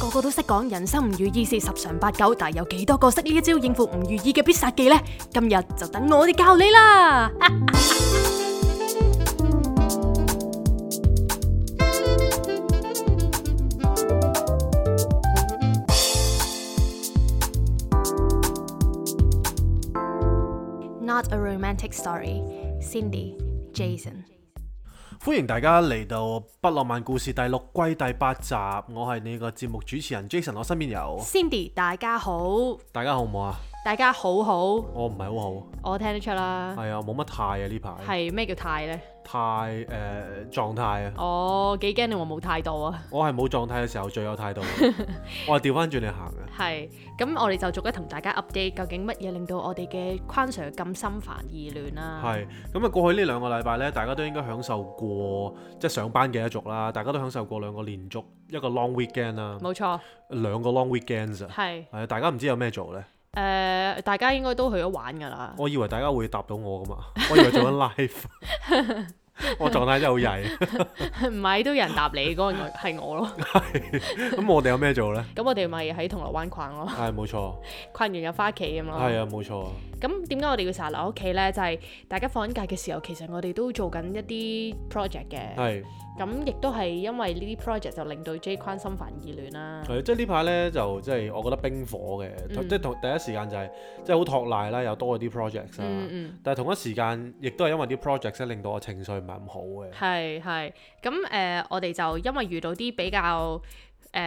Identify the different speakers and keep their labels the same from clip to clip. Speaker 1: 個個都識講人生唔如意事十常八九，但係有幾多個識呢一招應付唔如意嘅必殺技呢？今日就等我哋教你啦！Not a romantic story. Cindy, Jason。
Speaker 2: 歡迎大家嚟到不浪漫故事第六季第八集，我係你個節目主持人 Jason，我身邊有
Speaker 1: Cindy，大家好，
Speaker 2: 大家好唔好啊？
Speaker 1: 大家好好，
Speaker 2: 我唔係好
Speaker 1: 我聽得出啦
Speaker 2: 好，。係啊，冇乜態啊呢排，
Speaker 1: 嗯係咩叫態呢？
Speaker 2: 態誒狀態啊，
Speaker 1: 我哦幾驚你話冇態度啊！
Speaker 2: 我係冇狀態嘅時候最有態度，我係調翻轉嚟行啊嘅。
Speaker 1: 係，咁我哋就逐一同大家 update 究竟乜嘢令到我哋嘅框 Sir 咁心煩意亂啦、
Speaker 2: 係咁啊！過去呢兩個禮拜呢，大家都應該享受過即係上班嘅一族啦，大家都享受過兩個連續一個 long weekend 啦，
Speaker 1: 冇錯，
Speaker 2: 兩個 long weekends 啊，
Speaker 1: 係誒、
Speaker 2: 係啊大家唔知有咩做呢？
Speaker 1: 呃大家應該都去咗玩㗎啦。
Speaker 2: 我以為大家會答到我噶嘛， 我以為做緊 live，我 狀態真係好曳。
Speaker 1: 唔係都有人答你，嗰個係我咯。
Speaker 2: 咁我哋有咩做呢？
Speaker 1: 咁我哋咪喺銅鑼灣逛咯，
Speaker 2: 係冇
Speaker 1: 哦
Speaker 2: 錯，
Speaker 1: 逛完又翻屋企咁咯。
Speaker 2: 係啊冇錯，
Speaker 1: 咁點解我哋要成日留喺屋企呢？就係、大家放緊假嘅時候，其實我哋都做緊一啲 project 嘅。
Speaker 2: 係
Speaker 1: 咁亦都係因為呢啲 project 就令到 J 框心煩意亂啦。
Speaker 2: 係即係呢排呢，就即係我覺得冰火嘅，
Speaker 1: 嗯
Speaker 2: 即係同第一時間就係即係好托賴啦，又多咗啲 projects
Speaker 1: 嗯
Speaker 2: 啦。
Speaker 1: 嗯。
Speaker 2: 但係同一時間，亦都係因為啲 projects 咧令到我情緒唔係咁好嘅。
Speaker 1: 係係，咁誒、呃我哋就因為遇到啲比較誒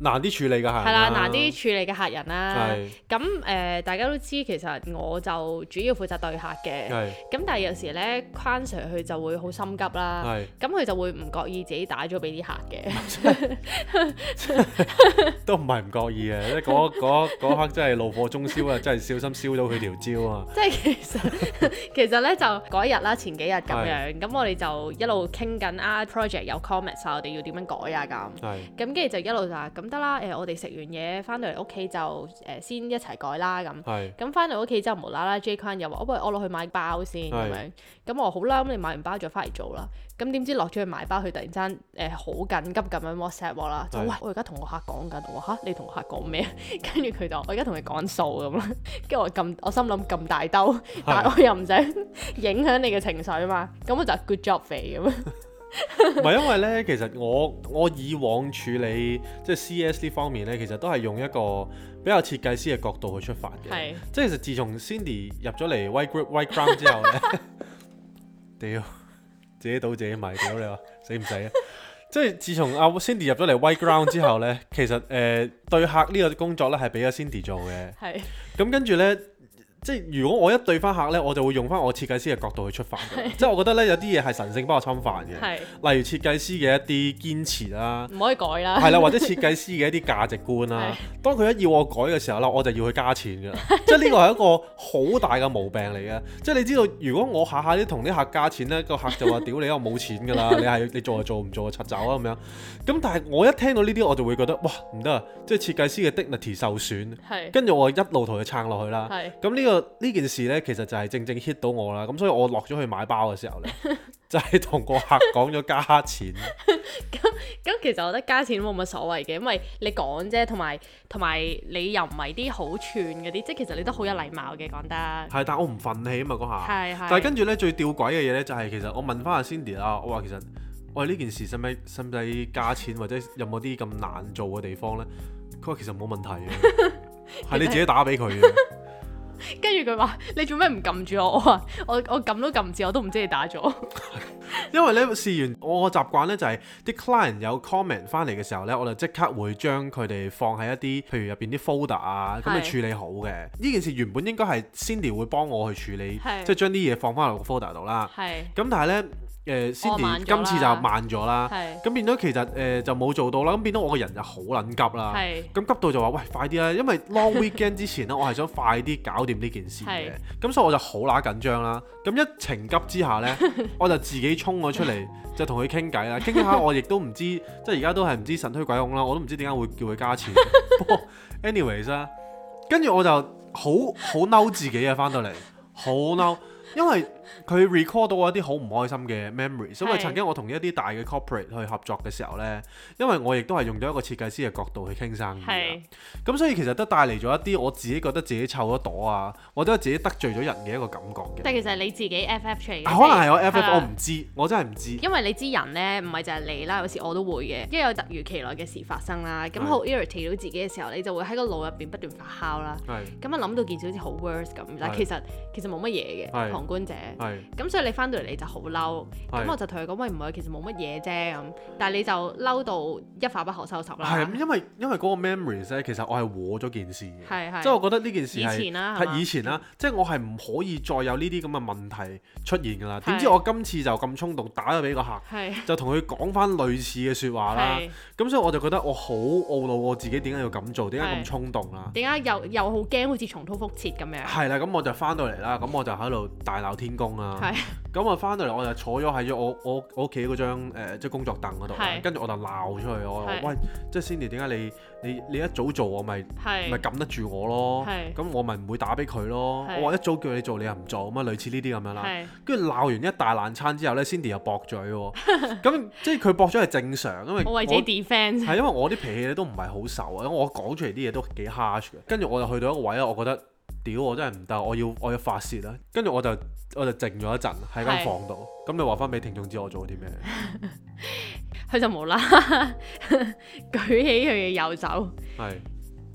Speaker 2: 難啲處理嘅係啊
Speaker 1: 係啦難啲處理嘅啊客人啦，
Speaker 2: 係
Speaker 1: 咁誒、呃大家都知其實我就主要負責對客嘅，
Speaker 2: 係
Speaker 1: 咁但係有時咧框 Sir 佢就會好心急啦，
Speaker 2: 係
Speaker 1: 咁佢就會唔覺意自己打咗俾啲客嘅，
Speaker 2: 都唔係唔覺意嘅，即係嗰嗰嗰刻真係怒火中燒啊！真係小心燒到佢條蕉啊！
Speaker 1: 即係其實 其實咧就嗰日啦，前幾日咁樣，咁我哋就一路傾緊啊 project 有 comments 啊，我哋要點樣改啊咁。
Speaker 2: 係
Speaker 1: 咁跟住就一路就話咁得啦，誒、我哋食完嘢翻到嚟屋企就誒、先一齊改啦咁。
Speaker 2: 係
Speaker 1: 咁翻到屋企之後無啦啦 J Kwan 又話：喂，我落去買包先咁樣。咁我話好啦，咁你買完包再翻嚟做啦。咁點知落咗去買包，佢突然間誒好緊急咁樣 WhatsApp 我啦，就
Speaker 2: 係
Speaker 1: 喂我而家同我客講緊，我話吓你同客講咩？跟住佢就我而家同佢講數咁啦。 跟住我咁我心諗咁大兜，但係我又唔想影響你嘅情緒嘛。咁我就 good job 肥咁樣。
Speaker 2: 唔係因為咧，其實我我以往處理即係 C.S 呢方面咧，其實都係用一個比較設計師嘅角度去出發嘅。
Speaker 1: 係
Speaker 2: 即係其實自從 Cindy 入咗嚟 White Group White Ground 之後咧， 屌自己倒自己米，屌你話死唔死啊？即係自從阿 Cindy 入咗嚟 White Ground 之後咧， 其實誒、呃、對客呢個工作咧係俾咗 Cindy 做 嘅。
Speaker 1: 係
Speaker 2: 咁跟住呢，即係如果我一對翻客呢，我就會用翻我設計師嘅角度去出發嘅。即係我覺得呢，有啲嘢係神聖不可侵犯嘅，
Speaker 1: 係
Speaker 2: 例如設計師嘅一啲堅持啦、
Speaker 1: 唔可以改啦。
Speaker 2: 係啦，或者設計師嘅一啲價值觀啦。當佢一要我改嘅時候啦，我就要去加錢㗎啦。即係呢個係一個好大嘅毛病嚟嘅。即係你知道，如果我下下都同啲客加錢呢，個客就話：屌你，我冇錢㗎啦！你係你做就做，唔做就柒走啊咁樣。咁但係我一聽到呢啲，我就會覺得哇唔得啊！即係設計師嘅 dignity 受損。
Speaker 1: 係
Speaker 2: 跟住我一路同佢撐落去啦。
Speaker 1: 係
Speaker 2: 咁呢、個呢件事呢，其實就係正正 hit 到我啦。咁所以我落咗去買包嘅時候呢，就係同個客講咗加錢，
Speaker 1: 咁其實我覺得加錢冇乜所謂嘅，因為你講啫，同埋同埋你又唔係啲好串嗰啲，即係其實你都好有禮貌嘅講得，
Speaker 2: 係，但我唔憤氣啊嘛嗰下。
Speaker 1: 係
Speaker 2: 但係
Speaker 1: 係
Speaker 2: 跟住呢，最吊詭嘅嘢呢，就係其實我問翻阿 Cindy 啦，我話其實喂呢件事使唔使使唔使加錢，或者有冇啲咁難做嘅地方呢？佢話其實冇問題嘅，係你自己打俾佢嘅。
Speaker 1: 跟住佢話你做咩唔撳住我？我話我我撳都撳唔住，我都唔知你打咗。
Speaker 2: 因為咧試完我個習慣咧就係、啲 client 有 comment 翻嚟嘅時候咧，我就即刻會將佢哋放喺一啲譬如入邊啲 folder 啊，咁
Speaker 1: 係
Speaker 2: 去處理好嘅。呢件事原本應該係 Cindy 會幫我去處理
Speaker 1: 係，
Speaker 2: 即係將啲嘢放翻落個 folder 度啦。
Speaker 1: 係
Speaker 2: 咁但 係咧誒
Speaker 1: 我哦慢咗啦
Speaker 2: Cindy 今次就慢咗啦，
Speaker 1: 係
Speaker 2: 咁變咗其實誒、呃就冇做到啦，咁變咗我個人就好撚急啦。
Speaker 1: 係
Speaker 2: 咁急到就話喂快啲啦，因為 long weekend 之前咧，我係想快啲搞掂呢件事嘅
Speaker 1: 係，
Speaker 2: 咁所以我就好乸緊張啦。咁一情急之下 呢，我就自己衝咗出嚟，就同佢傾偈啦。傾下我亦都唔知，即係而家都係唔知神推鬼拱啦，我都唔知點解會叫佢 加錢。不過 anyways 啦，跟住我就好好嬲自己啊，翻到嚟好嬲，因為佢 record 到我一啲好唔開心嘅 memories，因為
Speaker 1: 係
Speaker 2: 曾經我同一啲大嘅 corporate 去合作嘅時候呢，因為我亦都係用咗一個設計師嘅角度去傾生意啊
Speaker 1: 係
Speaker 2: 咁所以其實都帶嚟咗一啲我自己覺得自己湊咗朵啊，或者自己得罪咗人嘅一個感覺嘅。
Speaker 1: 但係其實你自己 FF 出嚟嘅，
Speaker 2: 但啊可能係我
Speaker 1: 即
Speaker 2: FF，
Speaker 1: 啦
Speaker 2: 我唔知，我真係唔知。
Speaker 1: 啊因為你知人咧唔係就係你啦，有時我都會嘅，因為有突如其來嘅事發生啦，咁
Speaker 2: 係
Speaker 1: 好 irritate 到自己嘅時候，你就會喺個腦入邊不斷發酵啦。
Speaker 2: 係
Speaker 1: 咁啊諗到件事好似好 worse 咁，但
Speaker 2: 係
Speaker 1: 係其實其實冇乜嘢嘅
Speaker 2: 係
Speaker 1: 旁觀者。
Speaker 2: 係
Speaker 1: 咁所以你翻到嚟你就好嬲，
Speaker 2: 係
Speaker 1: 咁我就同佢講喂唔係，其實冇乜嘢啫咁，但係你就嬲到一發不可收拾
Speaker 2: 係
Speaker 1: 啦
Speaker 2: 咁，。因為因為嗰個 memories 咧，其實我係和咗件事嘅。
Speaker 1: 係係
Speaker 2: 即係我覺得呢件事
Speaker 1: 以
Speaker 2: 係
Speaker 1: 前啦係
Speaker 2: 係
Speaker 1: 嘛
Speaker 2: 以前啦，即係我係唔可以再有呢啲咁嘅問題出現㗎啦。點知
Speaker 1: 係
Speaker 2: 我今次就咁衝動打咗俾個客，
Speaker 1: 係
Speaker 2: 就同佢講翻類似嘅説話啦。
Speaker 1: 係
Speaker 2: 咁所以我就覺得我好懊惱我自己點解要咁做，點解咁
Speaker 1: 係
Speaker 2: 衝動啦。
Speaker 1: 點解又又好驚好似重蹈覆轍咁樣？
Speaker 2: 係啦，咁我就翻到嚟啦，咁我就喺度大鬧天宮啦
Speaker 1: 係。
Speaker 2: 咁我翻到嚟我就坐咗喺我我我屋企嗰張誒即係工作凳嗰度啦，
Speaker 1: 係
Speaker 2: 跟住我就鬧出去，我話
Speaker 1: 係
Speaker 2: 喂，即係 Cindy 點解你你你一早做我咪？咪
Speaker 1: 係
Speaker 2: 撳得住我咯，
Speaker 1: 係
Speaker 2: 咁我咪唔會打俾佢咯。
Speaker 1: 係
Speaker 2: 我話一早叫你做，你又唔做，咁啊類似呢啲咁樣啦。
Speaker 1: 係
Speaker 2: 跟住鬧完一大爛餐之後呢 c i n d y 又駁嘴 喎。咁即係佢駁嘴係正常，因為
Speaker 1: 我為自己 defend
Speaker 2: 係因為我啲脾氣咧都唔係好受啊，因為我講出嚟啲嘢都幾 harsh 嘅。跟住我就去到一個位啊，我覺得屌我真係唔得，我要我要發泄啦。跟住我就我就靜咗一陣喺間
Speaker 1: 係
Speaker 2: 房度。咁你話翻俾聽眾知我做咗 啲咩？
Speaker 1: 佢就無啦啦 舉起佢嘅右手，
Speaker 2: 係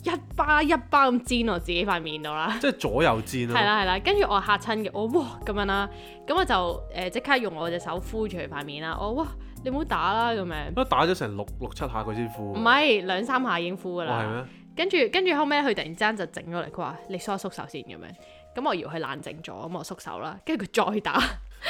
Speaker 1: 一巴一巴咁煎我自己塊面度啦。
Speaker 2: 即係左右戰啊
Speaker 1: 係
Speaker 2: 啦，
Speaker 1: 啦係啦，跟住我嚇親嘅，我哇咁樣啦，咁我就誒即、刻用我隻手敷住佢塊面啦，我哇你唔好打啦咁樣，
Speaker 2: 都打咗成六六七下佢先敷。
Speaker 1: 唔係兩三下已經敷噶
Speaker 2: 哦，啊係
Speaker 1: 啦，
Speaker 2: 咩？
Speaker 1: 跟住跟住後尾佢突然之間就整咗嚟，佢話你縮一縮手先咁樣，咁我搖佢冷靜咗，咁我縮手啦，跟住佢再打，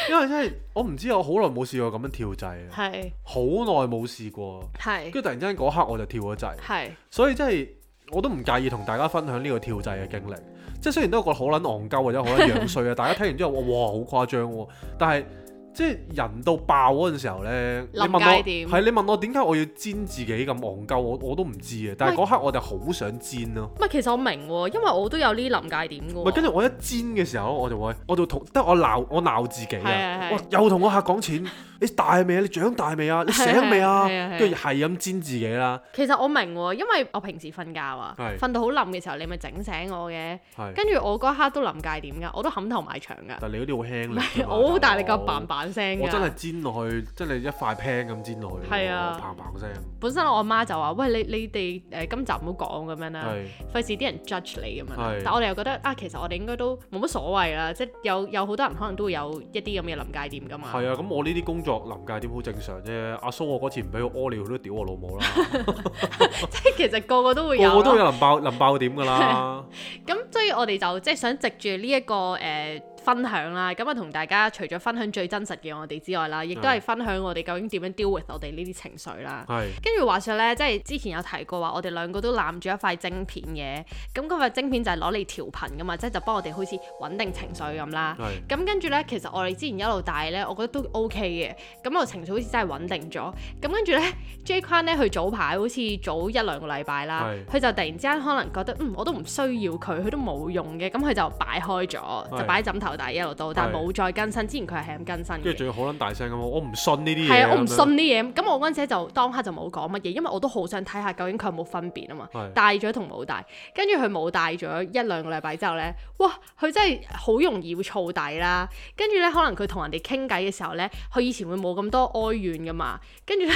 Speaker 2: 因為真係我唔知，我好耐冇試過咁樣跳掣啊，
Speaker 1: 係
Speaker 2: 好耐冇試過。跟
Speaker 1: 係
Speaker 2: 住突然之間嗰刻我就跳咗掣，
Speaker 1: 係
Speaker 2: 所以真係我都唔介意同大家分享呢個跳掣嘅經歷。即係雖然都係個好撚戇鳩或者好撚樣衰啊，大家聽完之後哇哇好誇張喎，但係即係人到爆嗰陣時候 呢，你問
Speaker 1: 臨
Speaker 2: 我
Speaker 1: 界點
Speaker 2: 係你問我點解我要煎自己咁戇鳩，我我都唔知啊。但係嗰刻我就好想煎咯。
Speaker 1: 唔係其實我明喎，因為我都有呢臨界點嘅喎，
Speaker 2: 咪跟住我一煎嘅時候，我就會，我就同得我鬧我鬧自己
Speaker 1: 係啊
Speaker 2: 啊！
Speaker 1: 係
Speaker 2: 我又同個客講錢，你大未啊？你長大未啊？你醒未啊
Speaker 1: 係啊係啊係？啊
Speaker 2: 跟住係咁煎自己啦，
Speaker 1: 其實我明喎，因為我平時瞓覺啊，
Speaker 2: 係
Speaker 1: 瞓到好冧嘅時候，你咪整醒我嘅。
Speaker 2: 係。
Speaker 1: 跟住我嗰一刻都臨界點㗎，我都冚頭埋牆㗎，
Speaker 2: 但係你嗰啲好輕力 㗎嘛，
Speaker 1: 我好大力
Speaker 2: 大
Speaker 1: 個
Speaker 2: 佬
Speaker 1: 嘭嘭聲
Speaker 2: 我真
Speaker 1: 㗎。
Speaker 2: 係煎落去，真係一塊 pan 咁煎落去，
Speaker 1: 啊係啊
Speaker 2: 砰砰聲，
Speaker 1: 本身我阿媽就話：喂，你你哋誒、今集唔好講咁樣啦，
Speaker 2: 係
Speaker 1: 費事啲人 judge 你咁樣啦
Speaker 2: 係。
Speaker 1: 但我哋又覺得啊，其實我哋應該都冇乜所謂啦，即係有有好多人可能都會有一啲咁嘅臨界點㗎嘛。
Speaker 2: 係啊！咁我呢啲工作臨界點好正常啫。阿蘇我嗰次唔俾佢屙尿，佢都屌我老母啦，
Speaker 1: 即 係其實個個都 會有啊
Speaker 2: 個個都
Speaker 1: 咯。
Speaker 2: 有臨爆臨爆點㗎啦。
Speaker 1: 咁所以我哋就即係想藉住呢一個誒、呃分享啦，咁啊同大家除咗分享最真實嘅我哋之外啦，亦都係分享我哋究竟點樣 deal with 我哋呢啲情緒啦。
Speaker 2: 係
Speaker 1: 跟住話說咧，即係之前有提過話，我哋兩個都攬住一塊晶片嘅，咁嗰塊晶片就係攞嚟調頻噶嘛，即係就幫我哋好似穩定情緒咁啦。
Speaker 2: 係
Speaker 1: 咁跟住咧，其實我哋之前一路帶咧，我覺得都 OK 嘅，咁我情緒好似真係穩定咗。咁跟住 咧，J 框咧，佢早排好似早一兩個禮拜啦，佢就突然之間可能覺得，嗯，我都唔需要佢，佢都冇用嘅，咁佢就擺開咗，就擺枕頭底一路到，但係冇再更新。之前佢係係咁更新
Speaker 2: 跟
Speaker 1: 嘅
Speaker 2: 住。仲要好撚大聲咁，我唔信呢啲嘢。
Speaker 1: 係啊，我唔
Speaker 2: 咁樣
Speaker 1: 信啲嘢。咁我嗰陣時就當刻就冇講乜嘢，因為我都好想睇下究竟佢有冇分別啊嘛。
Speaker 2: 係
Speaker 1: 戴咗同冇戴，跟住佢冇戴咗一兩個禮拜之後呢，哇！佢真係好容易會燥底啦。跟住呢，可能佢同人哋傾偈嘅時候呢，佢以前會冇咁多哀怨噶嘛。跟住呢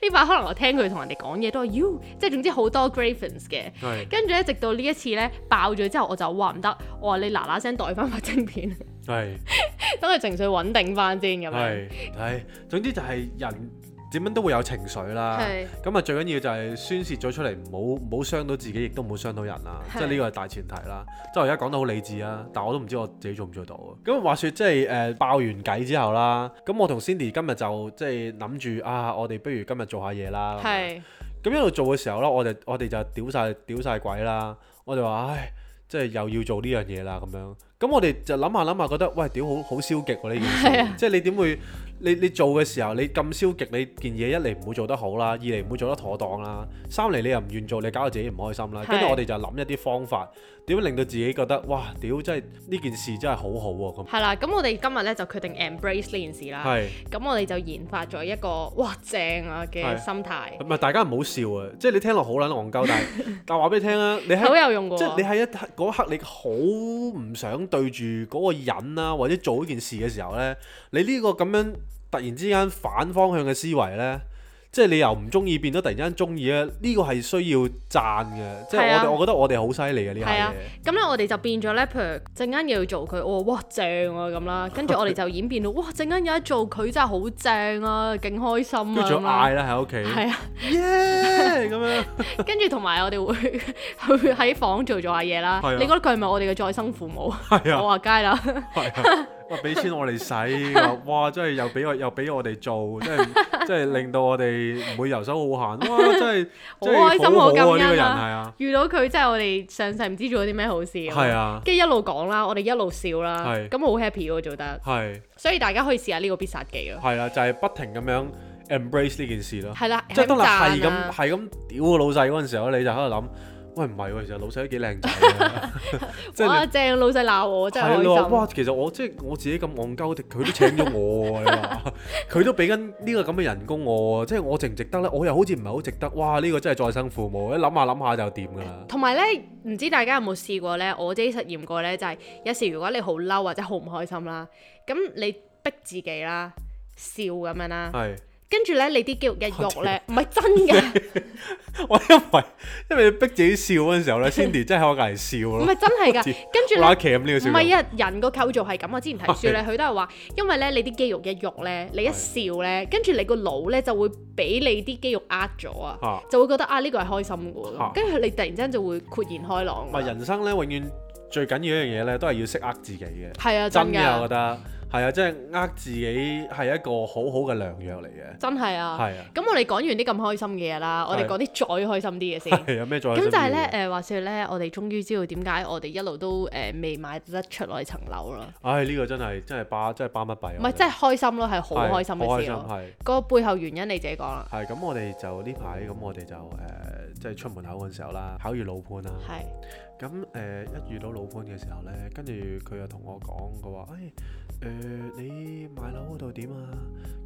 Speaker 1: 呢排可能我聽佢同人哋講嘢都係，妖，即係總之好多 grievance 嘅。
Speaker 2: 係
Speaker 1: 跟住呢，直到呢一次呢爆咗之後，我就話唔得，我話你嗱嗱聲袋翻塊晶片，
Speaker 2: 係。
Speaker 1: 等佢情緒穩定翻先咁樣。
Speaker 2: 係，唉，總之就係人點樣都會有情緒啦。
Speaker 1: 係
Speaker 2: 咁啊，最緊要就係宣泄咗出嚟，唔好唔好傷到自己，亦都唔好傷到人啦。即
Speaker 1: 係
Speaker 2: 係呢個係大前提啦。即係我而家講得好理智啊，但我都唔知我自己做唔做到啊。咁話說即係誒爆完偈之後啦，咁我同 Cindy 今日就即係諗住啊，我哋不如今日做下嘢啦。咁樣
Speaker 1: 係
Speaker 2: 咁一路做嘅時候咧，我哋我哋就屌晒屌晒鬼啦，我哋話唉，即係又要做呢樣嘢啦咁樣。咁我哋就諗下諗下，覺得喂屌好好消極喎呢 件事，即係你點會你你做嘅時候你咁消極，你件嘢一嚟唔會做得好啦，二嚟唔會做得妥當啦，三嚟你又唔願做，你搞到自己唔開心啦。跟住
Speaker 1: 係
Speaker 2: 我哋就諗一啲方法，點樣令到自己覺得哇屌真係呢件事真係好好喎咁。
Speaker 1: 係啦，咁我哋今日咧就決定 embrace 呢件事啦。
Speaker 2: 係，
Speaker 1: 咁我哋就研發咗一個哇正啊嘅
Speaker 2: 係
Speaker 1: 心態，
Speaker 2: 唔係大家唔好笑啊！即係你聽落好撚戇鳩，但 係但係話俾你聽啊，你喺
Speaker 1: 好有用㗎
Speaker 2: 即係你
Speaker 1: 喎。
Speaker 2: 喺一刻嗰一刻，你好唔想對住嗰個人啦、或者做嗰件事嘅時候呢，你呢個咁樣突然之間反方向嘅思維呢，即係你由唔中意變咗突然之間中意咧，呢、個係需要讚嘅。即係
Speaker 1: 係
Speaker 2: 我
Speaker 1: 啊
Speaker 2: 哋，我覺得我哋好犀利嘅呢
Speaker 1: 係
Speaker 2: 下
Speaker 1: 啊
Speaker 2: 嘢。
Speaker 1: 咁咧我哋就變咗咧，譬如陣間要做佢，我話哇正啊咁啦，跟住我哋就演變到哇陣間有得做佢真係好正啊，勁開心
Speaker 2: 跟
Speaker 1: 啊
Speaker 2: 住
Speaker 1: 咁
Speaker 2: 仲要
Speaker 1: 啦。
Speaker 2: 嗌啦喺屋企，
Speaker 1: 係啊，
Speaker 2: 耶咁樣。
Speaker 1: 跟住同埋我哋會 去喺房做咗下嘢啦。
Speaker 2: 係啊
Speaker 1: 你覺得佢係咪我哋嘅再生父母？
Speaker 2: 係啊
Speaker 1: 我話街啦，
Speaker 2: 係啊，哇！俾錢我哋使，話 哇！真係又俾我又俾我哋做，真係真係令到我哋唔會游手好閒。哇！真係
Speaker 1: 好
Speaker 2: 真係
Speaker 1: 開心
Speaker 2: 好
Speaker 1: 好感
Speaker 2: 好啊！呢個
Speaker 1: 恩
Speaker 2: 人係
Speaker 1: 啊
Speaker 2: 啊，
Speaker 1: 遇到佢真係我哋上世唔知做咗啲咩好事。
Speaker 2: 係。啊，
Speaker 1: 跟住一路講啦，我哋一路笑啦，
Speaker 2: 係
Speaker 1: 咁好 happy 喎做得，
Speaker 2: 係。
Speaker 1: 所以大家可以試下呢個必殺技咯。
Speaker 2: 係啦，就係、不停咁樣 embrace 呢件事咯。
Speaker 1: 係啊啦，
Speaker 2: 哦即係當你係
Speaker 1: 係
Speaker 2: 咁
Speaker 1: 咁
Speaker 2: 係咁屌個老細嗰陣時候，你就喺度諗，喂唔係喎，其實老細都幾靚仔嘅。 即
Speaker 1: 讚啊，
Speaker 2: 係
Speaker 1: 哇
Speaker 2: 你
Speaker 1: 正老細鬧我真係
Speaker 2: 係你話哇，
Speaker 1: 開心，
Speaker 2: 其實我即係我自己咁戇鳩，佢都請咗我喎。你話 佢都俾緊呢個咁嘅人工我喎，啊即係我值唔值得呢？我又好似唔係好值得。哇！呢、個真係再生父母，一諗下諗下就掂㗎啦。
Speaker 1: 同埋咧唔知大家有冇試過咧？我自己實驗過咧，就係、有時如果你好嬲或者好唔開心啦，咁你逼自己啦。笑咁樣啦，
Speaker 2: 係，
Speaker 1: 跟住咧你啲肌肉嘅肉咧，唔係真嘅，
Speaker 2: 我因為因為你逼自己笑嗰陣時候咧，Cindy 真係喺 我隔離笑
Speaker 1: 唔
Speaker 2: 咯，
Speaker 1: 係真係㗎。跟住
Speaker 2: 好
Speaker 1: 咧
Speaker 2: 乸奇咁呢個笑
Speaker 1: 唔
Speaker 2: 容。
Speaker 1: 係啊，人個構造係咁啊！之前睇書咧，佢都係話，因為咧你啲肌肉嘅肉咧，你一笑咧，跟住你個腦咧就會俾你啲肌肉呃咗啊
Speaker 2: 啊，
Speaker 1: 就會覺得啊呢個係開心嘅
Speaker 2: 啊
Speaker 1: 喎，跟住你突然之間就會豁然開朗
Speaker 2: 唔係
Speaker 1: 㗎。
Speaker 2: 人生咧，永遠最緊要一樣嘢咧，都係要識呃自己嘅。
Speaker 1: 係啊，
Speaker 2: 真
Speaker 1: 真
Speaker 2: 嘅，我覺
Speaker 1: 㗎，
Speaker 2: 得係啊，即係呃自己係一個好好嘅良藥嚟嘅。
Speaker 1: 真係啊。
Speaker 2: 係啊，
Speaker 1: 咁我哋講完啲咁開心嘅嘢啦，我哋
Speaker 2: 係
Speaker 1: 講啲再開心啲嘅先。
Speaker 2: 係啊有咩再？
Speaker 1: 咁就係咧，，誒話説咧，我哋終於知道點解我哋一路都誒未買得出我哋層樓啦。
Speaker 2: 唉，呢個真係真係巴真係巴乜閉啊。
Speaker 1: 唔係，真係開心咯，係好
Speaker 2: 係
Speaker 1: 開心
Speaker 2: 好
Speaker 1: 嘅
Speaker 2: 開
Speaker 1: 事
Speaker 2: 心
Speaker 1: 咯。
Speaker 2: 係
Speaker 1: 個背後原因你自己講啦，
Speaker 2: 係咁，我哋就呢排咁，我哋就誒即係出門口嗰陣時候啦，考完老判啊啦。
Speaker 1: 係
Speaker 2: 咁誒、一遇到老潘嘅時候呢，跟住佢又同我講，佢話：誒、誒、你買樓嗰度點啊？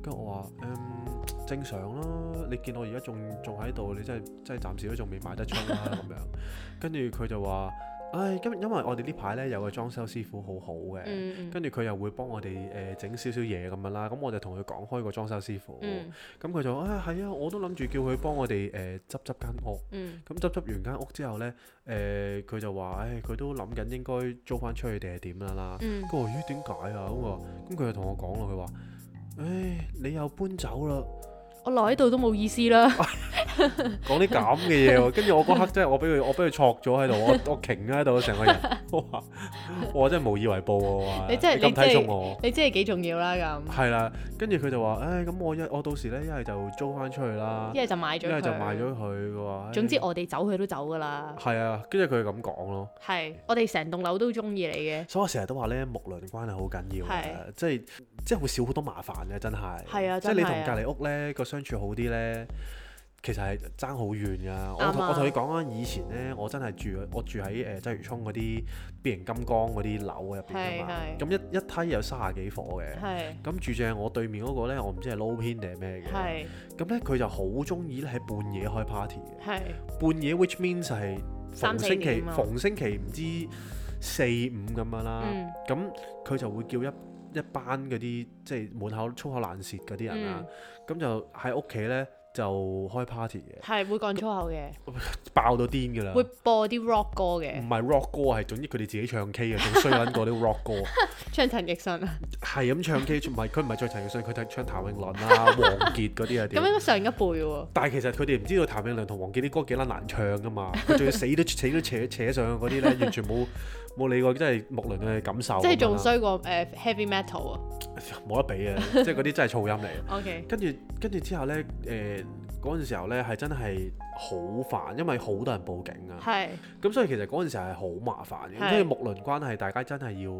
Speaker 2: 跟住我話：嗯，正常咯。你見我而家仲仲喺度，你真係真係暫時都仲未賣得出啦咁樣。跟住佢就話：唉，今因為我哋呢排呢有個裝修師傅好好嘅。
Speaker 1: 嗯嗯
Speaker 2: 跟住佢又會幫我哋誒、整少少嘢咁樣啦，咁我就同佢講開個裝修師傅，
Speaker 1: 嗯
Speaker 2: 咁佢、就話啊係啊，我都諗住叫佢幫我哋誒執執間屋，
Speaker 1: 嗯
Speaker 2: 咁執執完間屋之後呢，誒、佢就話：，唉，佢都諗緊應該租翻出去定係點啦啦。
Speaker 1: 嗯
Speaker 2: 咁。我話咦點解啊？咁我話咁佢就同我講咯，佢話：，唉，你又搬走啦，
Speaker 1: 我留喺度都冇意思 啦，
Speaker 2: 講啲咁嘅嘢喎。跟住我嗰刻真係我俾佢我俾佢戳咗喺度，我我擎咗喺度成個人。我話我真係無以為報喎我話，
Speaker 1: 你真係
Speaker 2: 咁
Speaker 1: 你真係
Speaker 2: 睇中我。
Speaker 1: 你知係幾重要啦咁，
Speaker 2: 係啦，跟住佢就話：，唉，咁我一我到時呢，一係就租翻出去啦
Speaker 1: 一，係就買
Speaker 2: 一
Speaker 1: 咗，
Speaker 2: 係就賣咗。佢。佢話：，唉
Speaker 1: 總之我哋走佢都走噶啦，
Speaker 2: 係啊，跟住佢就咁講咯。
Speaker 1: 係我哋成棟樓都中意你嘅，
Speaker 2: 所以我成日都話咧，睦鄰關係好緊要嘅
Speaker 1: 係，
Speaker 2: 即係即係會少好多麻煩嘅，真係。
Speaker 1: 係啊
Speaker 2: 即係你
Speaker 1: 真係
Speaker 2: 同
Speaker 1: 啊
Speaker 2: 隔離屋咧個相處好啲咧，其實係爭好遠㗎。我
Speaker 1: 啱
Speaker 2: 同
Speaker 1: 啊
Speaker 2: 我同你講啊，以前咧我真係住我住喺誒鰂魚涌嗰啲變形金剛嗰啲樓入邊㗎嘛，
Speaker 1: 係係
Speaker 2: 咁一一梯有三十幾伙嘅。
Speaker 1: 係
Speaker 2: 咁住正我對面嗰個咧，我唔知係撈偏定係咩嘅。
Speaker 1: 係
Speaker 2: 咁咧佢就好中意咧喺半夜開 party 嘅。
Speaker 1: 係
Speaker 2: 半夜，which means 係逢
Speaker 1: 三四
Speaker 2: 星期
Speaker 1: 點啊
Speaker 2: 逢星期唔知四五咁樣啦。
Speaker 1: 嗯
Speaker 2: 咁佢、就會叫一一班嗰啲即係滿口粗口爛舌嗰啲人啦
Speaker 1: 嗯。
Speaker 2: 咁、就喺屋企呢，就開 party 嘅，
Speaker 1: 係會講粗口嘅，
Speaker 2: 爆到癲㗎啦
Speaker 1: 會！播啲 rock 歌
Speaker 2: 唔
Speaker 1: 嘅，
Speaker 2: 係 rock 歌，係總之佢哋自己唱 K 嘅，仲衰撚過啲 rock 歌，
Speaker 1: 唱陳奕迅啊，
Speaker 2: 係咁唱 K，唔係佢唔係唱陳奕迅，佢係唱譚詠麟啦、 王傑嗰啲
Speaker 1: 咁應
Speaker 2: 啊啊屌。
Speaker 1: 該上一輩喎，
Speaker 2: 但係其實佢哋唔知道譚詠麟同王傑啲歌幾撚難唱㗎嘛，佢仲要死都 死都扯扯上嗰 啲呢，完全冇冇理過，真係木倫嘅感受。
Speaker 1: 即係 仲，衰過誒 heavy metal 啊
Speaker 2: 冇得比啊！即係嗰啲真係噪音嚟嘅。
Speaker 1: ，OK，
Speaker 2: 跟住跟住之後呢，誒、嗰、嗰陣時候呢係真係好煩，因為好多人報警啊。
Speaker 1: 係
Speaker 2: 咁所以其實嗰陣時係好麻煩嘅，
Speaker 1: 係
Speaker 2: 所以睦鄰關係大家真係要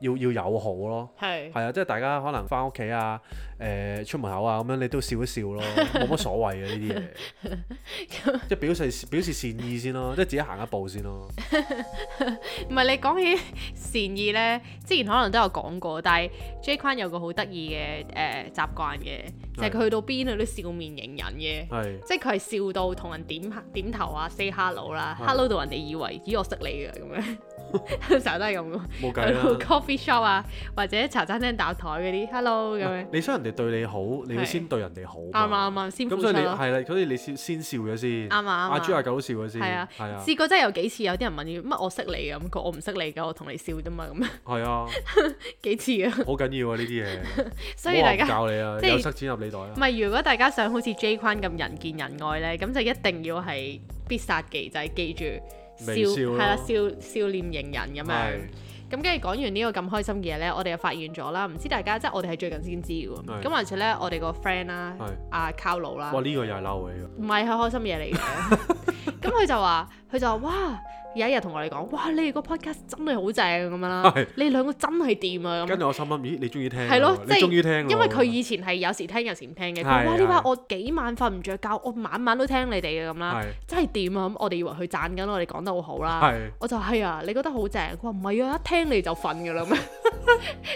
Speaker 2: 要要友好咯。
Speaker 1: 係
Speaker 2: 係啊，即係大家可能翻屋企啊，誒、出門口啊，咁樣你都笑一 笑咯，冇乜所謂嘅呢啲嘢，即係表示表示善意先 咯，即係自己行一步先咯。
Speaker 1: 唔係你講起善意呢，之前可能都有講過，但係 J 框有個好得意嘅誒習慣嘅，就係、佢去到邊佢都笑面迎人嘅。
Speaker 2: 係
Speaker 1: 即係佢係笑到同人點點頭啊，say hello 啦
Speaker 2: 係
Speaker 1: ，hello 到人哋以為咦我識你嘅咁 樣，成日都係咁嘅。
Speaker 2: 冇計
Speaker 1: 去到
Speaker 2: 啦。
Speaker 1: coffee shop 啊，或者茶餐廳搭台嗰啲 hello 咁樣，
Speaker 2: 你想人哋對你好，你要
Speaker 1: 係
Speaker 2: 先對人哋好
Speaker 1: 啱
Speaker 2: 嘛。
Speaker 1: 啊啱啊，先付
Speaker 2: 咁
Speaker 1: 出
Speaker 2: 所以你
Speaker 1: 咯。
Speaker 2: 係啦，所以你先先笑咗先。
Speaker 1: 啱啊啱啊
Speaker 2: 阿豬阿狗都笑咗先。
Speaker 1: 係啊
Speaker 2: 係啊，
Speaker 1: 試過真係有幾次有啲人問要乜我識你嘅咁，佢話我唔識你㗎，我同你笑啫嘛咁，
Speaker 2: 係啊，
Speaker 1: 幾次 啊，
Speaker 2: 好緊要啊呢啲嘢。
Speaker 1: 所以大
Speaker 2: 唔
Speaker 1: 家
Speaker 2: 好話唔教你啊，
Speaker 1: 即係
Speaker 2: 有塞錢入你袋啊
Speaker 1: 唔。係如果大家想好似 J 框咁人見人愛呢，咁就一定要係必殺技，就係、記住笑
Speaker 2: 微笑咯
Speaker 1: 係啦，笑笑臉迎人咁樣。
Speaker 2: 係
Speaker 1: 咁跟住講完呢個咁開心嘅嘢呢，我哋又發現咗啦，唔知大家即係我哋係最近先知嘅
Speaker 2: 係
Speaker 1: 喎。咁或者呢，我哋個 friend 啦
Speaker 2: 係，
Speaker 1: 阿 Carlo 啦
Speaker 2: 哇！，呢個又係嬲你㗎。
Speaker 1: 唔係係開心嘢嚟嘅。 咁佢就話，佢就話哇，有一日同我哋講，哇，你哋個 podcast 真係好正咁樣啦
Speaker 2: 係，
Speaker 1: 你兩個真係掂啊咁
Speaker 2: 跟。住我心諗，咦？你終於聽
Speaker 1: 係咯
Speaker 2: 喎，
Speaker 1: 即係
Speaker 2: 你終於聽喎
Speaker 1: 因為佢以前係有時聽有時唔聽嘅，佢話
Speaker 2: 係
Speaker 1: 哇呢排
Speaker 2: 係
Speaker 1: 我幾晚瞓唔着覺，我晚晚都聽你哋嘅咁啦，
Speaker 2: 係
Speaker 1: 真係掂啊！咁我哋以為佢讚緊我哋講得好好啦，
Speaker 2: 係
Speaker 1: 我就係啊，你覺得好正？佢話唔係啊，一聽你就瞓㗎啦咁樣。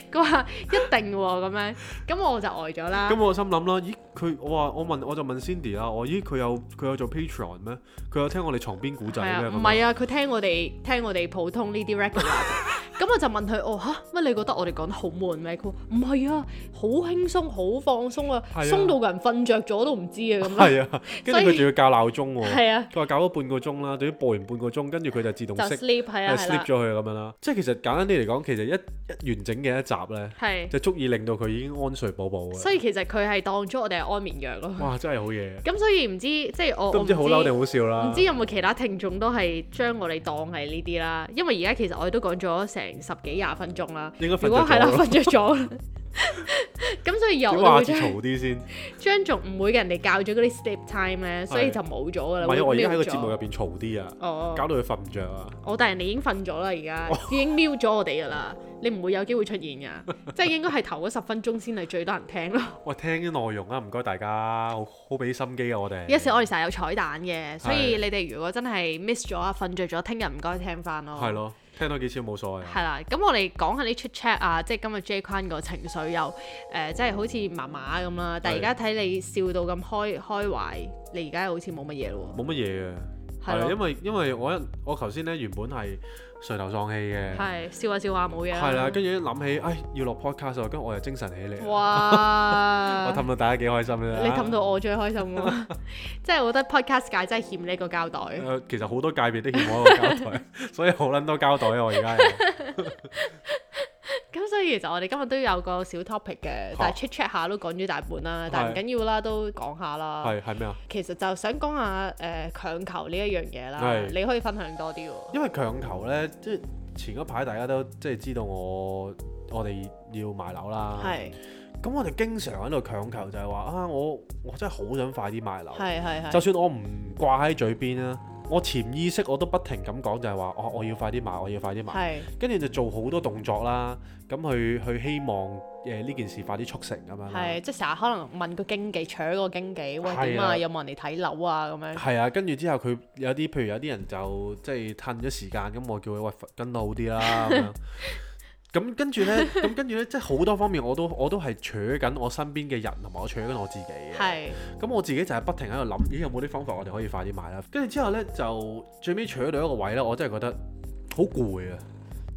Speaker 1: 佢話一定喎咁樣，咁我就呆咗啦啊
Speaker 2: 咁。我心諗啦，咦佢我話我問我就問 Cindy 啦，我咦佢有佢有做 Patreon 咩？佢有聽我哋床邊古仔
Speaker 1: 係啊，
Speaker 2: 咩？
Speaker 1: 唔係啊，佢聽我哋聽我哋普通呢啲 regular 嘅。咁我就問佢：哦吓，乜你覺得我哋講得好悶咩？佢話唔係啊，好輕鬆，好放鬆啊，
Speaker 2: 係啊
Speaker 1: 鬆到個人瞓着咗都唔知 啊咁樣。
Speaker 2: 係啊，跟
Speaker 1: 所以
Speaker 2: 住佢仲要校鬧鐘喎。
Speaker 1: 係啊，
Speaker 2: 佢話校咗半個鐘啦，對於播完半個鐘，跟住佢就自動
Speaker 1: 就
Speaker 2: 熄
Speaker 1: sleep 係啊係
Speaker 2: 係 sleep
Speaker 1: 啦，
Speaker 2: 咗佢咁樣啦。即係其實簡單啲嚟講，其實一一完整嘅一集呢，
Speaker 1: 係。
Speaker 2: 就足以令到佢已經安睡寶寶嘅。
Speaker 1: 所以其實佢係當咗我哋係安眠藥咯。
Speaker 2: 哇！真係好嘢，
Speaker 1: 咁所以唔知即係我
Speaker 2: 都
Speaker 1: 我
Speaker 2: 唔知好嬲定好笑啦。
Speaker 1: 唔知有冇其他聽眾都係將我哋當係呢啲啦，因為而家其實我哋都講咗成十幾廿分鐘啦。
Speaker 2: 應該瞓
Speaker 1: 如果
Speaker 2: 着
Speaker 1: 係啦，
Speaker 2: 咗咯。
Speaker 1: 瞓着咗啦， 咁所以又
Speaker 2: 點
Speaker 1: 我
Speaker 2: 話
Speaker 1: 會
Speaker 2: 下次
Speaker 1: 將
Speaker 2: 嘈啲先？
Speaker 1: 將仲唔會嘅人哋教咗嗰啲 step time 咧，所以就冇咗噶
Speaker 2: 唔
Speaker 1: 啦。
Speaker 2: 係啊，我而家喺個
Speaker 1: 會 mute 咗
Speaker 2: 節目入邊嘈啲啊，
Speaker 1: 哦，
Speaker 2: 搞哦到佢瞓唔着啊。
Speaker 1: 我但係人哋已經瞓咗啦，而家已經 mute 咗我哋噶啦，你唔會有機會出現 㗎，即係應該係頭嗰十分鐘先係最多人聽咯。
Speaker 2: 喂，聽啲內容啊，唔該大家，好好俾心機啊，我哋。
Speaker 1: 有時我哋成日有彩蛋嘅，所以你哋如果真係 miss 咗啊，瞓着咗，聽日唔該聽翻咯。
Speaker 2: 係咯，聽多幾次冇所謂啊。
Speaker 1: 哦係啦，咁我哋講下啲 chit chat 啊，即係今日 J Kwan 個情緒又誒、呃即係好似麻麻咁啦。但係而家睇你笑到咁開開懷，你而家好似冇乜嘢咯
Speaker 2: 冇乜嘢嘅，
Speaker 1: 係
Speaker 2: 係
Speaker 1: 咯
Speaker 2: 啊因為因為我一我頭先咧原本係垂頭喪氣
Speaker 1: 喎。
Speaker 2: 嘅，
Speaker 1: 係啊笑下笑下冇嘢
Speaker 2: 係啦，跟住一諗起，唉，要落 podcast 啊，跟住我又精神起嚟啊， 我
Speaker 1: 哇！
Speaker 2: 氹到啊大家幾開心啦。
Speaker 1: 你氹到我最開心 咯，即係我覺得 podcast 界真係欠你一個膠袋。
Speaker 2: 誒呃其實好多界別都欠我一個 交代，所以好撚多交代啊！我而家係
Speaker 1: 咁所以其實我哋今日都有個小 topic 嘅，但係 chit chat 下都講咗大半啦，但係唔緊要啦，都講下啦。
Speaker 2: 係係咩啊？
Speaker 1: 其實就想講下誒強求呢一樣嘢啦，
Speaker 2: 係
Speaker 1: 你可以分享多啲喎。
Speaker 2: 因為強求咧，即係前嗰排大家都即係知道我我哋要買樓啦，
Speaker 1: 係
Speaker 2: 咁我哋經常喺度強求就係話啊，我我真係好想快啲買樓。
Speaker 1: 係係係。
Speaker 2: 就算我唔掛喺嘴邊啦，我潛意識我都不停咁講，就係話哦我我要快啲買，我要快啲買，
Speaker 1: 係
Speaker 2: 跟住就做好多動作啦，咁去去希望誒呢件事快啲促成咁樣啦。
Speaker 1: 係，即係成日可能問個經紀，搶個經紀，
Speaker 2: 係啊
Speaker 1: 喂點啊，有冇人嚟睇樓啊咁樣。
Speaker 2: 係啊，跟住之後佢有啲，譬如有啲人就即係褪咗時間，咁我叫佢喂跟得好啲 啦咁樣。咁跟住呢，咁跟住呢，即係好多方面我都我都係扯緊我身邊嘅人，同埋我扯緊我自己嘅。
Speaker 1: 係
Speaker 2: 咁我自己就係啊不停喺度諗，咦有冇啲方法我哋可以快啲買啦？啊跟住之後呢，就最尾取到一個位呢，我真係覺得好攰啊！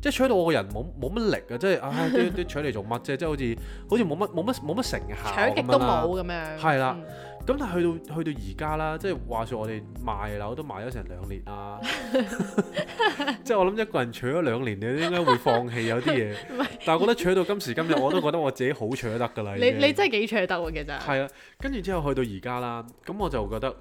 Speaker 2: 即係取到我個人冇冇乜力啊！即係唉，啲啲取嚟做乜啫？即係好似好似冇乜冇乜冇乜成效
Speaker 1: 搶極
Speaker 2: 啊咁
Speaker 1: 都
Speaker 2: 樣啦
Speaker 1: 冇。啊咁樣。
Speaker 2: 係啦
Speaker 1: 嗯，
Speaker 2: 咁但係去到去到而家啦，即係話說我哋賣樓都賣咗成兩年啦。 即係我諗一個人取咗兩年，你應該會放棄有啲嘢
Speaker 1: 唔係。
Speaker 2: 但係我覺得取到今時今日，我都覺得我自己好取得㗎啦。已
Speaker 1: 你
Speaker 2: 經
Speaker 1: 你真係幾搶得喎，其實。
Speaker 2: 係啊，跟住之後去到而家啦，咁我就覺得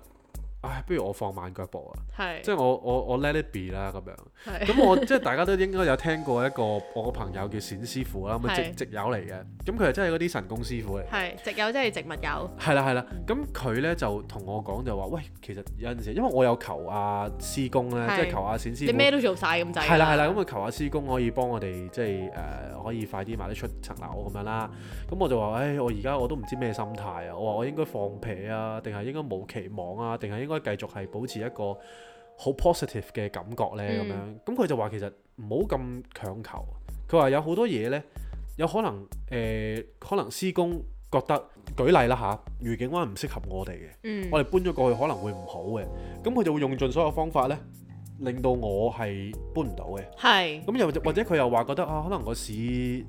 Speaker 2: 唉，不如我放慢腳步啊，
Speaker 1: 係
Speaker 2: 即係我我我 let it be 啦咁樣。
Speaker 1: 係
Speaker 2: 咁我即係大家都應該有聽過一個我個朋友叫冼師傅啦，咁啊
Speaker 1: 係
Speaker 2: 直直友嚟嘅，咁佢係真係嗰啲神功師傅嚟。
Speaker 1: 係植友即係植物友，
Speaker 2: 係啦係啦，咁佢咧就同我講就話，喂，其實有陣時，因為我有求阿師公咧，
Speaker 1: 係
Speaker 2: 即係求阿冼師
Speaker 1: 你
Speaker 2: 傅，
Speaker 1: 咩都做晒咁滯。
Speaker 2: 係啦係啦，咁啊求阿師公可以幫我哋即係誒、呃可以快啲買得出層樓咁樣啦。咁我就話，哎唉，我而家我都唔知咩心態啊。我話我應該放屁啊，定係應該冇期望啊，定係應該繼續係保持一個好 positive 嘅感覺咧咁樣。咁佢、就話其實唔好咁強求。佢話有好多嘢咧，有可能誒、可能師公覺得舉例啦吓，愉景灣唔適合我哋嘅。
Speaker 1: 嗯，
Speaker 2: 我哋搬咗過去可能會唔好嘅，咁佢就會用盡所有方法呢，令到我係搬唔到嘅。
Speaker 1: 係
Speaker 2: 咁又或者或者佢又話覺得啊，可能個市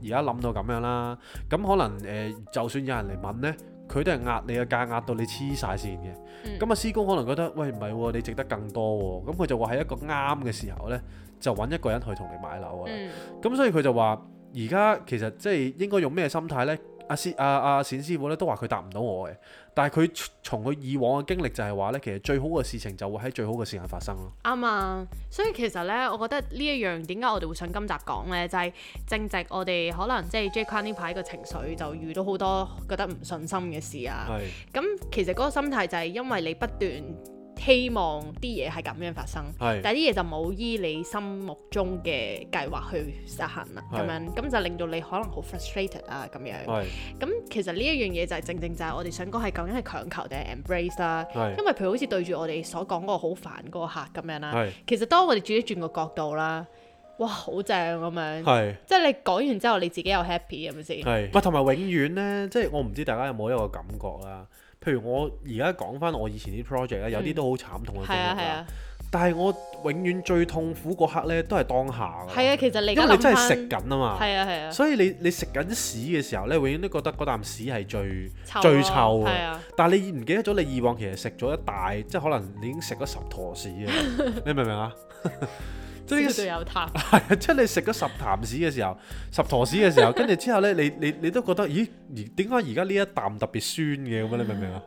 Speaker 2: 而家冧到咁樣啦，咁可能誒、呃就算有人嚟問呢，佢都係壓你嘅價，壓到你黐晒線嘅。
Speaker 1: 嗯
Speaker 2: 咁啊、師公可能覺得喂唔係喎，你值得更多喎，咁佢就話喺一個啱嘅時候呢，就揾一個人去同你買樓啊。
Speaker 1: 嗯
Speaker 2: 咁所以佢就話：而家其實即係應該用咩心態呢？阿師阿阿冼師傅咧都話佢答唔到我嘅，但係佢從佢以往嘅經歷就係話呢，其實最好嘅事情就會喺最好嘅時間發生咯。
Speaker 1: 啱啊，所以其實咧，我覺得呢一樣點解我哋會想今集講呢？就係、正值我哋可能即係 J 框呢排個情緒就遇到好多覺得唔信心嘅事啊。
Speaker 2: 係
Speaker 1: 咁其實嗰個心態就係因為你不斷希望啲嘢係咁樣發生，
Speaker 2: 係
Speaker 1: 但係啲嘢就冇依你心目中嘅計劃去實行啦，咁
Speaker 2: 係
Speaker 1: 樣咁就令到你可能好 frustrated 啊咁樣。
Speaker 2: 係
Speaker 1: 咁其實呢一樣嘢就係正正就係我哋想講係究竟係強求定係 embrace 啦。因
Speaker 2: 係
Speaker 1: 為譬如好似對住我哋所講嗰個好煩嗰個客咁樣啦，
Speaker 2: 係
Speaker 1: 其實當我哋轉一轉個角度啦，哇好正咁樣，
Speaker 2: 係
Speaker 1: 即係你講完之後你自己又 happy 係咪先？
Speaker 2: 係，喂同埋永遠呢，即係我唔知大家有冇一個感覺啦。譬如我而家講翻我以前啲 project 咧，有啲都好慘痛嘅經
Speaker 1: 嗯係啊
Speaker 2: 歷
Speaker 1: 係
Speaker 2: 啦
Speaker 1: 啊
Speaker 2: 但係我永遠最痛苦嗰刻呢，都係當下㗎。
Speaker 1: 係啊，其實你而
Speaker 2: 因
Speaker 1: 家
Speaker 2: 為
Speaker 1: 諗
Speaker 2: 你真係食
Speaker 1: 翻，
Speaker 2: 緊啊嘛。
Speaker 1: 係啊係啊，
Speaker 2: 所以你你食緊屎嘅時候咧，永遠都覺得嗰啖屎係最，
Speaker 1: 臭
Speaker 2: 最
Speaker 1: 咯
Speaker 2: 臭啊
Speaker 1: 係啊，
Speaker 2: 但係你唔記得咗你以往其實食咗一大，即係可能你已經食咗十坨屎啊！你明唔明啊？即係呢個
Speaker 1: 笑到有痰，
Speaker 2: 係啊即係你食咗十啖屎嘅時候，十坨屎嘅時候，跟住之後咧，你你你都覺得咦？而點解而家呢一啖特別酸嘅咁樣？你明唔明啊？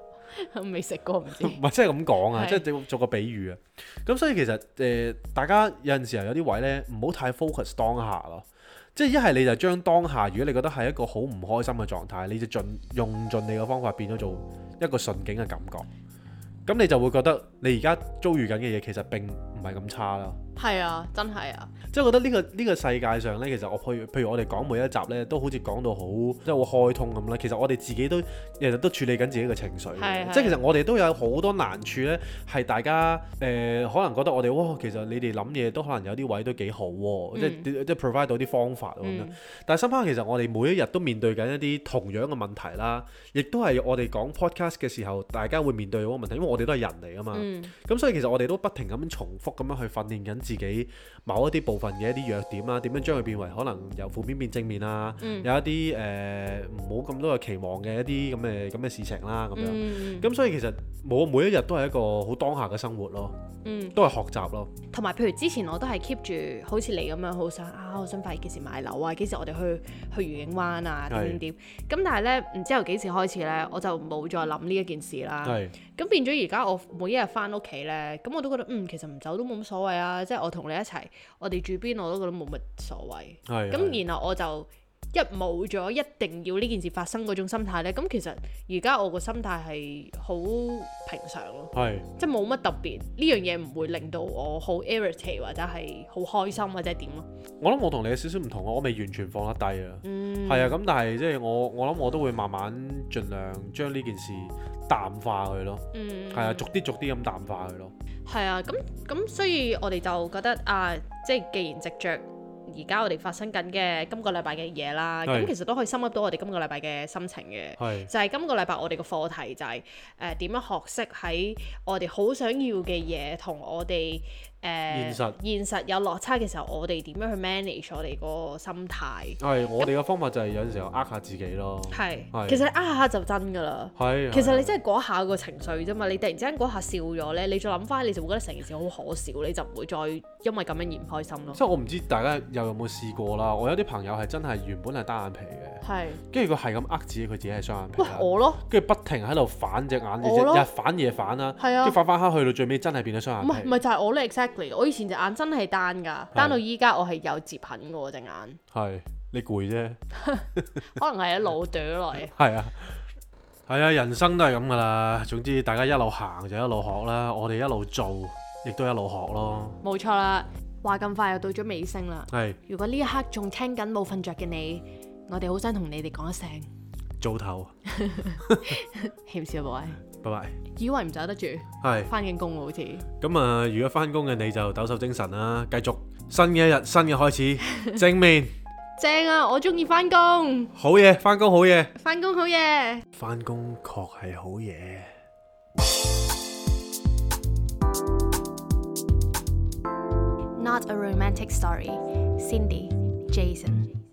Speaker 1: 未食過唔知
Speaker 2: 唔，係即係咁講啊，
Speaker 1: 係
Speaker 2: 即係做個比喻啊。咁所以其實誒、呃大家有陣時候有啲位咧，唔好太 focus 當下咯。即係一係你就將當下，如果你覺得係一個好唔開心嘅狀態，你就盡用盡你嘅方法變咗做一個順境嘅感覺。咁你就會覺得你而家遭遇緊嘅嘢其實並唔係咁差啦。
Speaker 1: 係啊真係啊，
Speaker 2: 即係我覺得呢、個呢、個世界上呢，其實我譬如譬如我哋講每一集呢，都好似講到好即係好開通咁啦。其實我哋自己都其實都處理緊自己嘅情緒
Speaker 1: 係
Speaker 2: 嘅，
Speaker 1: 係
Speaker 2: 即係其實我哋都有好多難處呢，係大家誒、呃可能覺得我哋哇，其實你哋諗嘢都可能有啲位都幾好喎、即係即係 provide 到啲方法哦喎咁樣。
Speaker 1: 嗯
Speaker 2: 但係深刻其實我哋每一日都面對緊一啲同樣嘅問題啦，亦都係我哋講 podcast 嘅時候，大家會面對嗰個問題，因為我哋都係人嚟㗎嘛。
Speaker 1: 嗯
Speaker 2: 咁所以其實我哋都不停咁樣重複咁樣去訓練緊自己某一啲部分嘅一啲弱點啊，點樣將佢變為可能由負面變正面啊，
Speaker 1: 嗯
Speaker 2: 有一啲誒唔好咁多嘅期望嘅一啲咁嘅咁嘅事情啦咁樣。
Speaker 1: 嗯
Speaker 2: 咁所以其實我每一日都係一個好當下嘅生活咯，
Speaker 1: 嗯，
Speaker 2: 都係學習咯，
Speaker 1: 同埋譬如之前我都係 keep 住好似你咁樣，好想啊，我想快啲幾時買樓啊，幾時我哋去去愉景灣啊，點點
Speaker 2: 係
Speaker 1: 點。咁但係咧，唔知由幾時開始咧，我就冇再諗呢一件事啦。
Speaker 2: 係
Speaker 1: 咁變咗而家我每一日翻屋企咧，咁我都覺得嗯，其實唔走都冇乜所謂啊。即係我同你一齊，我哋住邊我都覺得冇乜所謂。
Speaker 2: 係啊係
Speaker 1: 咁然後我就一冇咗一定要呢件事發生嗰種心態咧，咁其實而家我個心態係好平常咯。
Speaker 2: 係
Speaker 1: 即係冇乜特別，呢樣嘢唔會令到我好 irritate 或者係好開心或者點咯。
Speaker 2: 我諗我同你有少少唔同啊，我未完全放得低啊。
Speaker 1: 嗯，
Speaker 2: 係啊，咁但係即係我我諗我都會慢慢盡量將呢件事淡化佢咯，
Speaker 1: 嗯，
Speaker 2: 係啊，逐啲逐啲咁淡化佢咯，
Speaker 1: 係啊，咁咁所以我哋就覺得啊，即係既然藉着而家我哋發生緊嘅今個禮拜嘅嘢啦，咁
Speaker 2: 係
Speaker 1: 其實都可以深入到我哋今個禮拜嘅心情嘅。
Speaker 2: 係
Speaker 1: 就係今個禮拜我哋個課呃題就係誒點樣學識喺我哋好想要嘅嘢同我哋誒、誒
Speaker 2: 現實
Speaker 1: 現實有落差嘅時候，我哋點樣去 manage 我哋嗰個心態？
Speaker 2: 係我哋嘅方法就係有陣時候呃下自己咯。
Speaker 1: 係，
Speaker 2: 係
Speaker 1: 其實你呃下就真㗎啦。
Speaker 2: 係，
Speaker 1: 其實你
Speaker 2: 係
Speaker 1: 真係嗰下個情緒啫嘛，你突然之間嗰下笑咗咧，你再諗翻，你就會覺得成件事好可笑，你就唔會再因為咁樣而唔開心咯。
Speaker 2: 即係我唔知大家又有冇試過啦。我有啲朋友係真係原本係單眼皮嘅，
Speaker 1: 係，
Speaker 2: 跟住佢係咁呃自己，佢自己係雙眼皮
Speaker 1: 喂
Speaker 2: 啦。
Speaker 1: 我咯，
Speaker 2: 跟住不停喺度反隻眼，日
Speaker 1: 我咯
Speaker 2: 日反夜反啦，
Speaker 1: 係
Speaker 2: 跟
Speaker 1: 啊
Speaker 2: 住，反反黑去到最尾真係變咗雙
Speaker 1: 唔係
Speaker 2: 眼
Speaker 1: 唔
Speaker 2: 皮。
Speaker 1: 係就係我咧，exactly。我以前隻眼真係單㗎，單到依家我係有接痕嘅喎隻眼，
Speaker 2: 係你攰啫，
Speaker 1: 可能係喺腦袋來。
Speaker 2: 係啊。係啊，人生都係咁噶啦。總之，大家一路行就一路學啦，我哋一路做，亦都一路學咯。
Speaker 1: 冇錯啦，話咁快又到咗尾聲啦。
Speaker 2: 係
Speaker 1: 如果呢一刻仲聽緊冇瞓着嘅你，我哋好想同你哋講一聲，
Speaker 2: 早唞，
Speaker 1: 欠笑位，
Speaker 2: 拜拜。
Speaker 1: 以為唔走得住，
Speaker 2: 係
Speaker 1: 翻緊工喎好似。
Speaker 2: 咁啊，如果翻工嘅你就抖擻精神啦，繼續新嘅一日，新嘅開始，正面
Speaker 1: 正啊，我中意翻工，
Speaker 2: 好嘢，翻工好嘢，
Speaker 1: 翻工好嘢。
Speaker 2: 翻工確係好嘢。
Speaker 3: Not a Romantic Story. Cindy, Jason.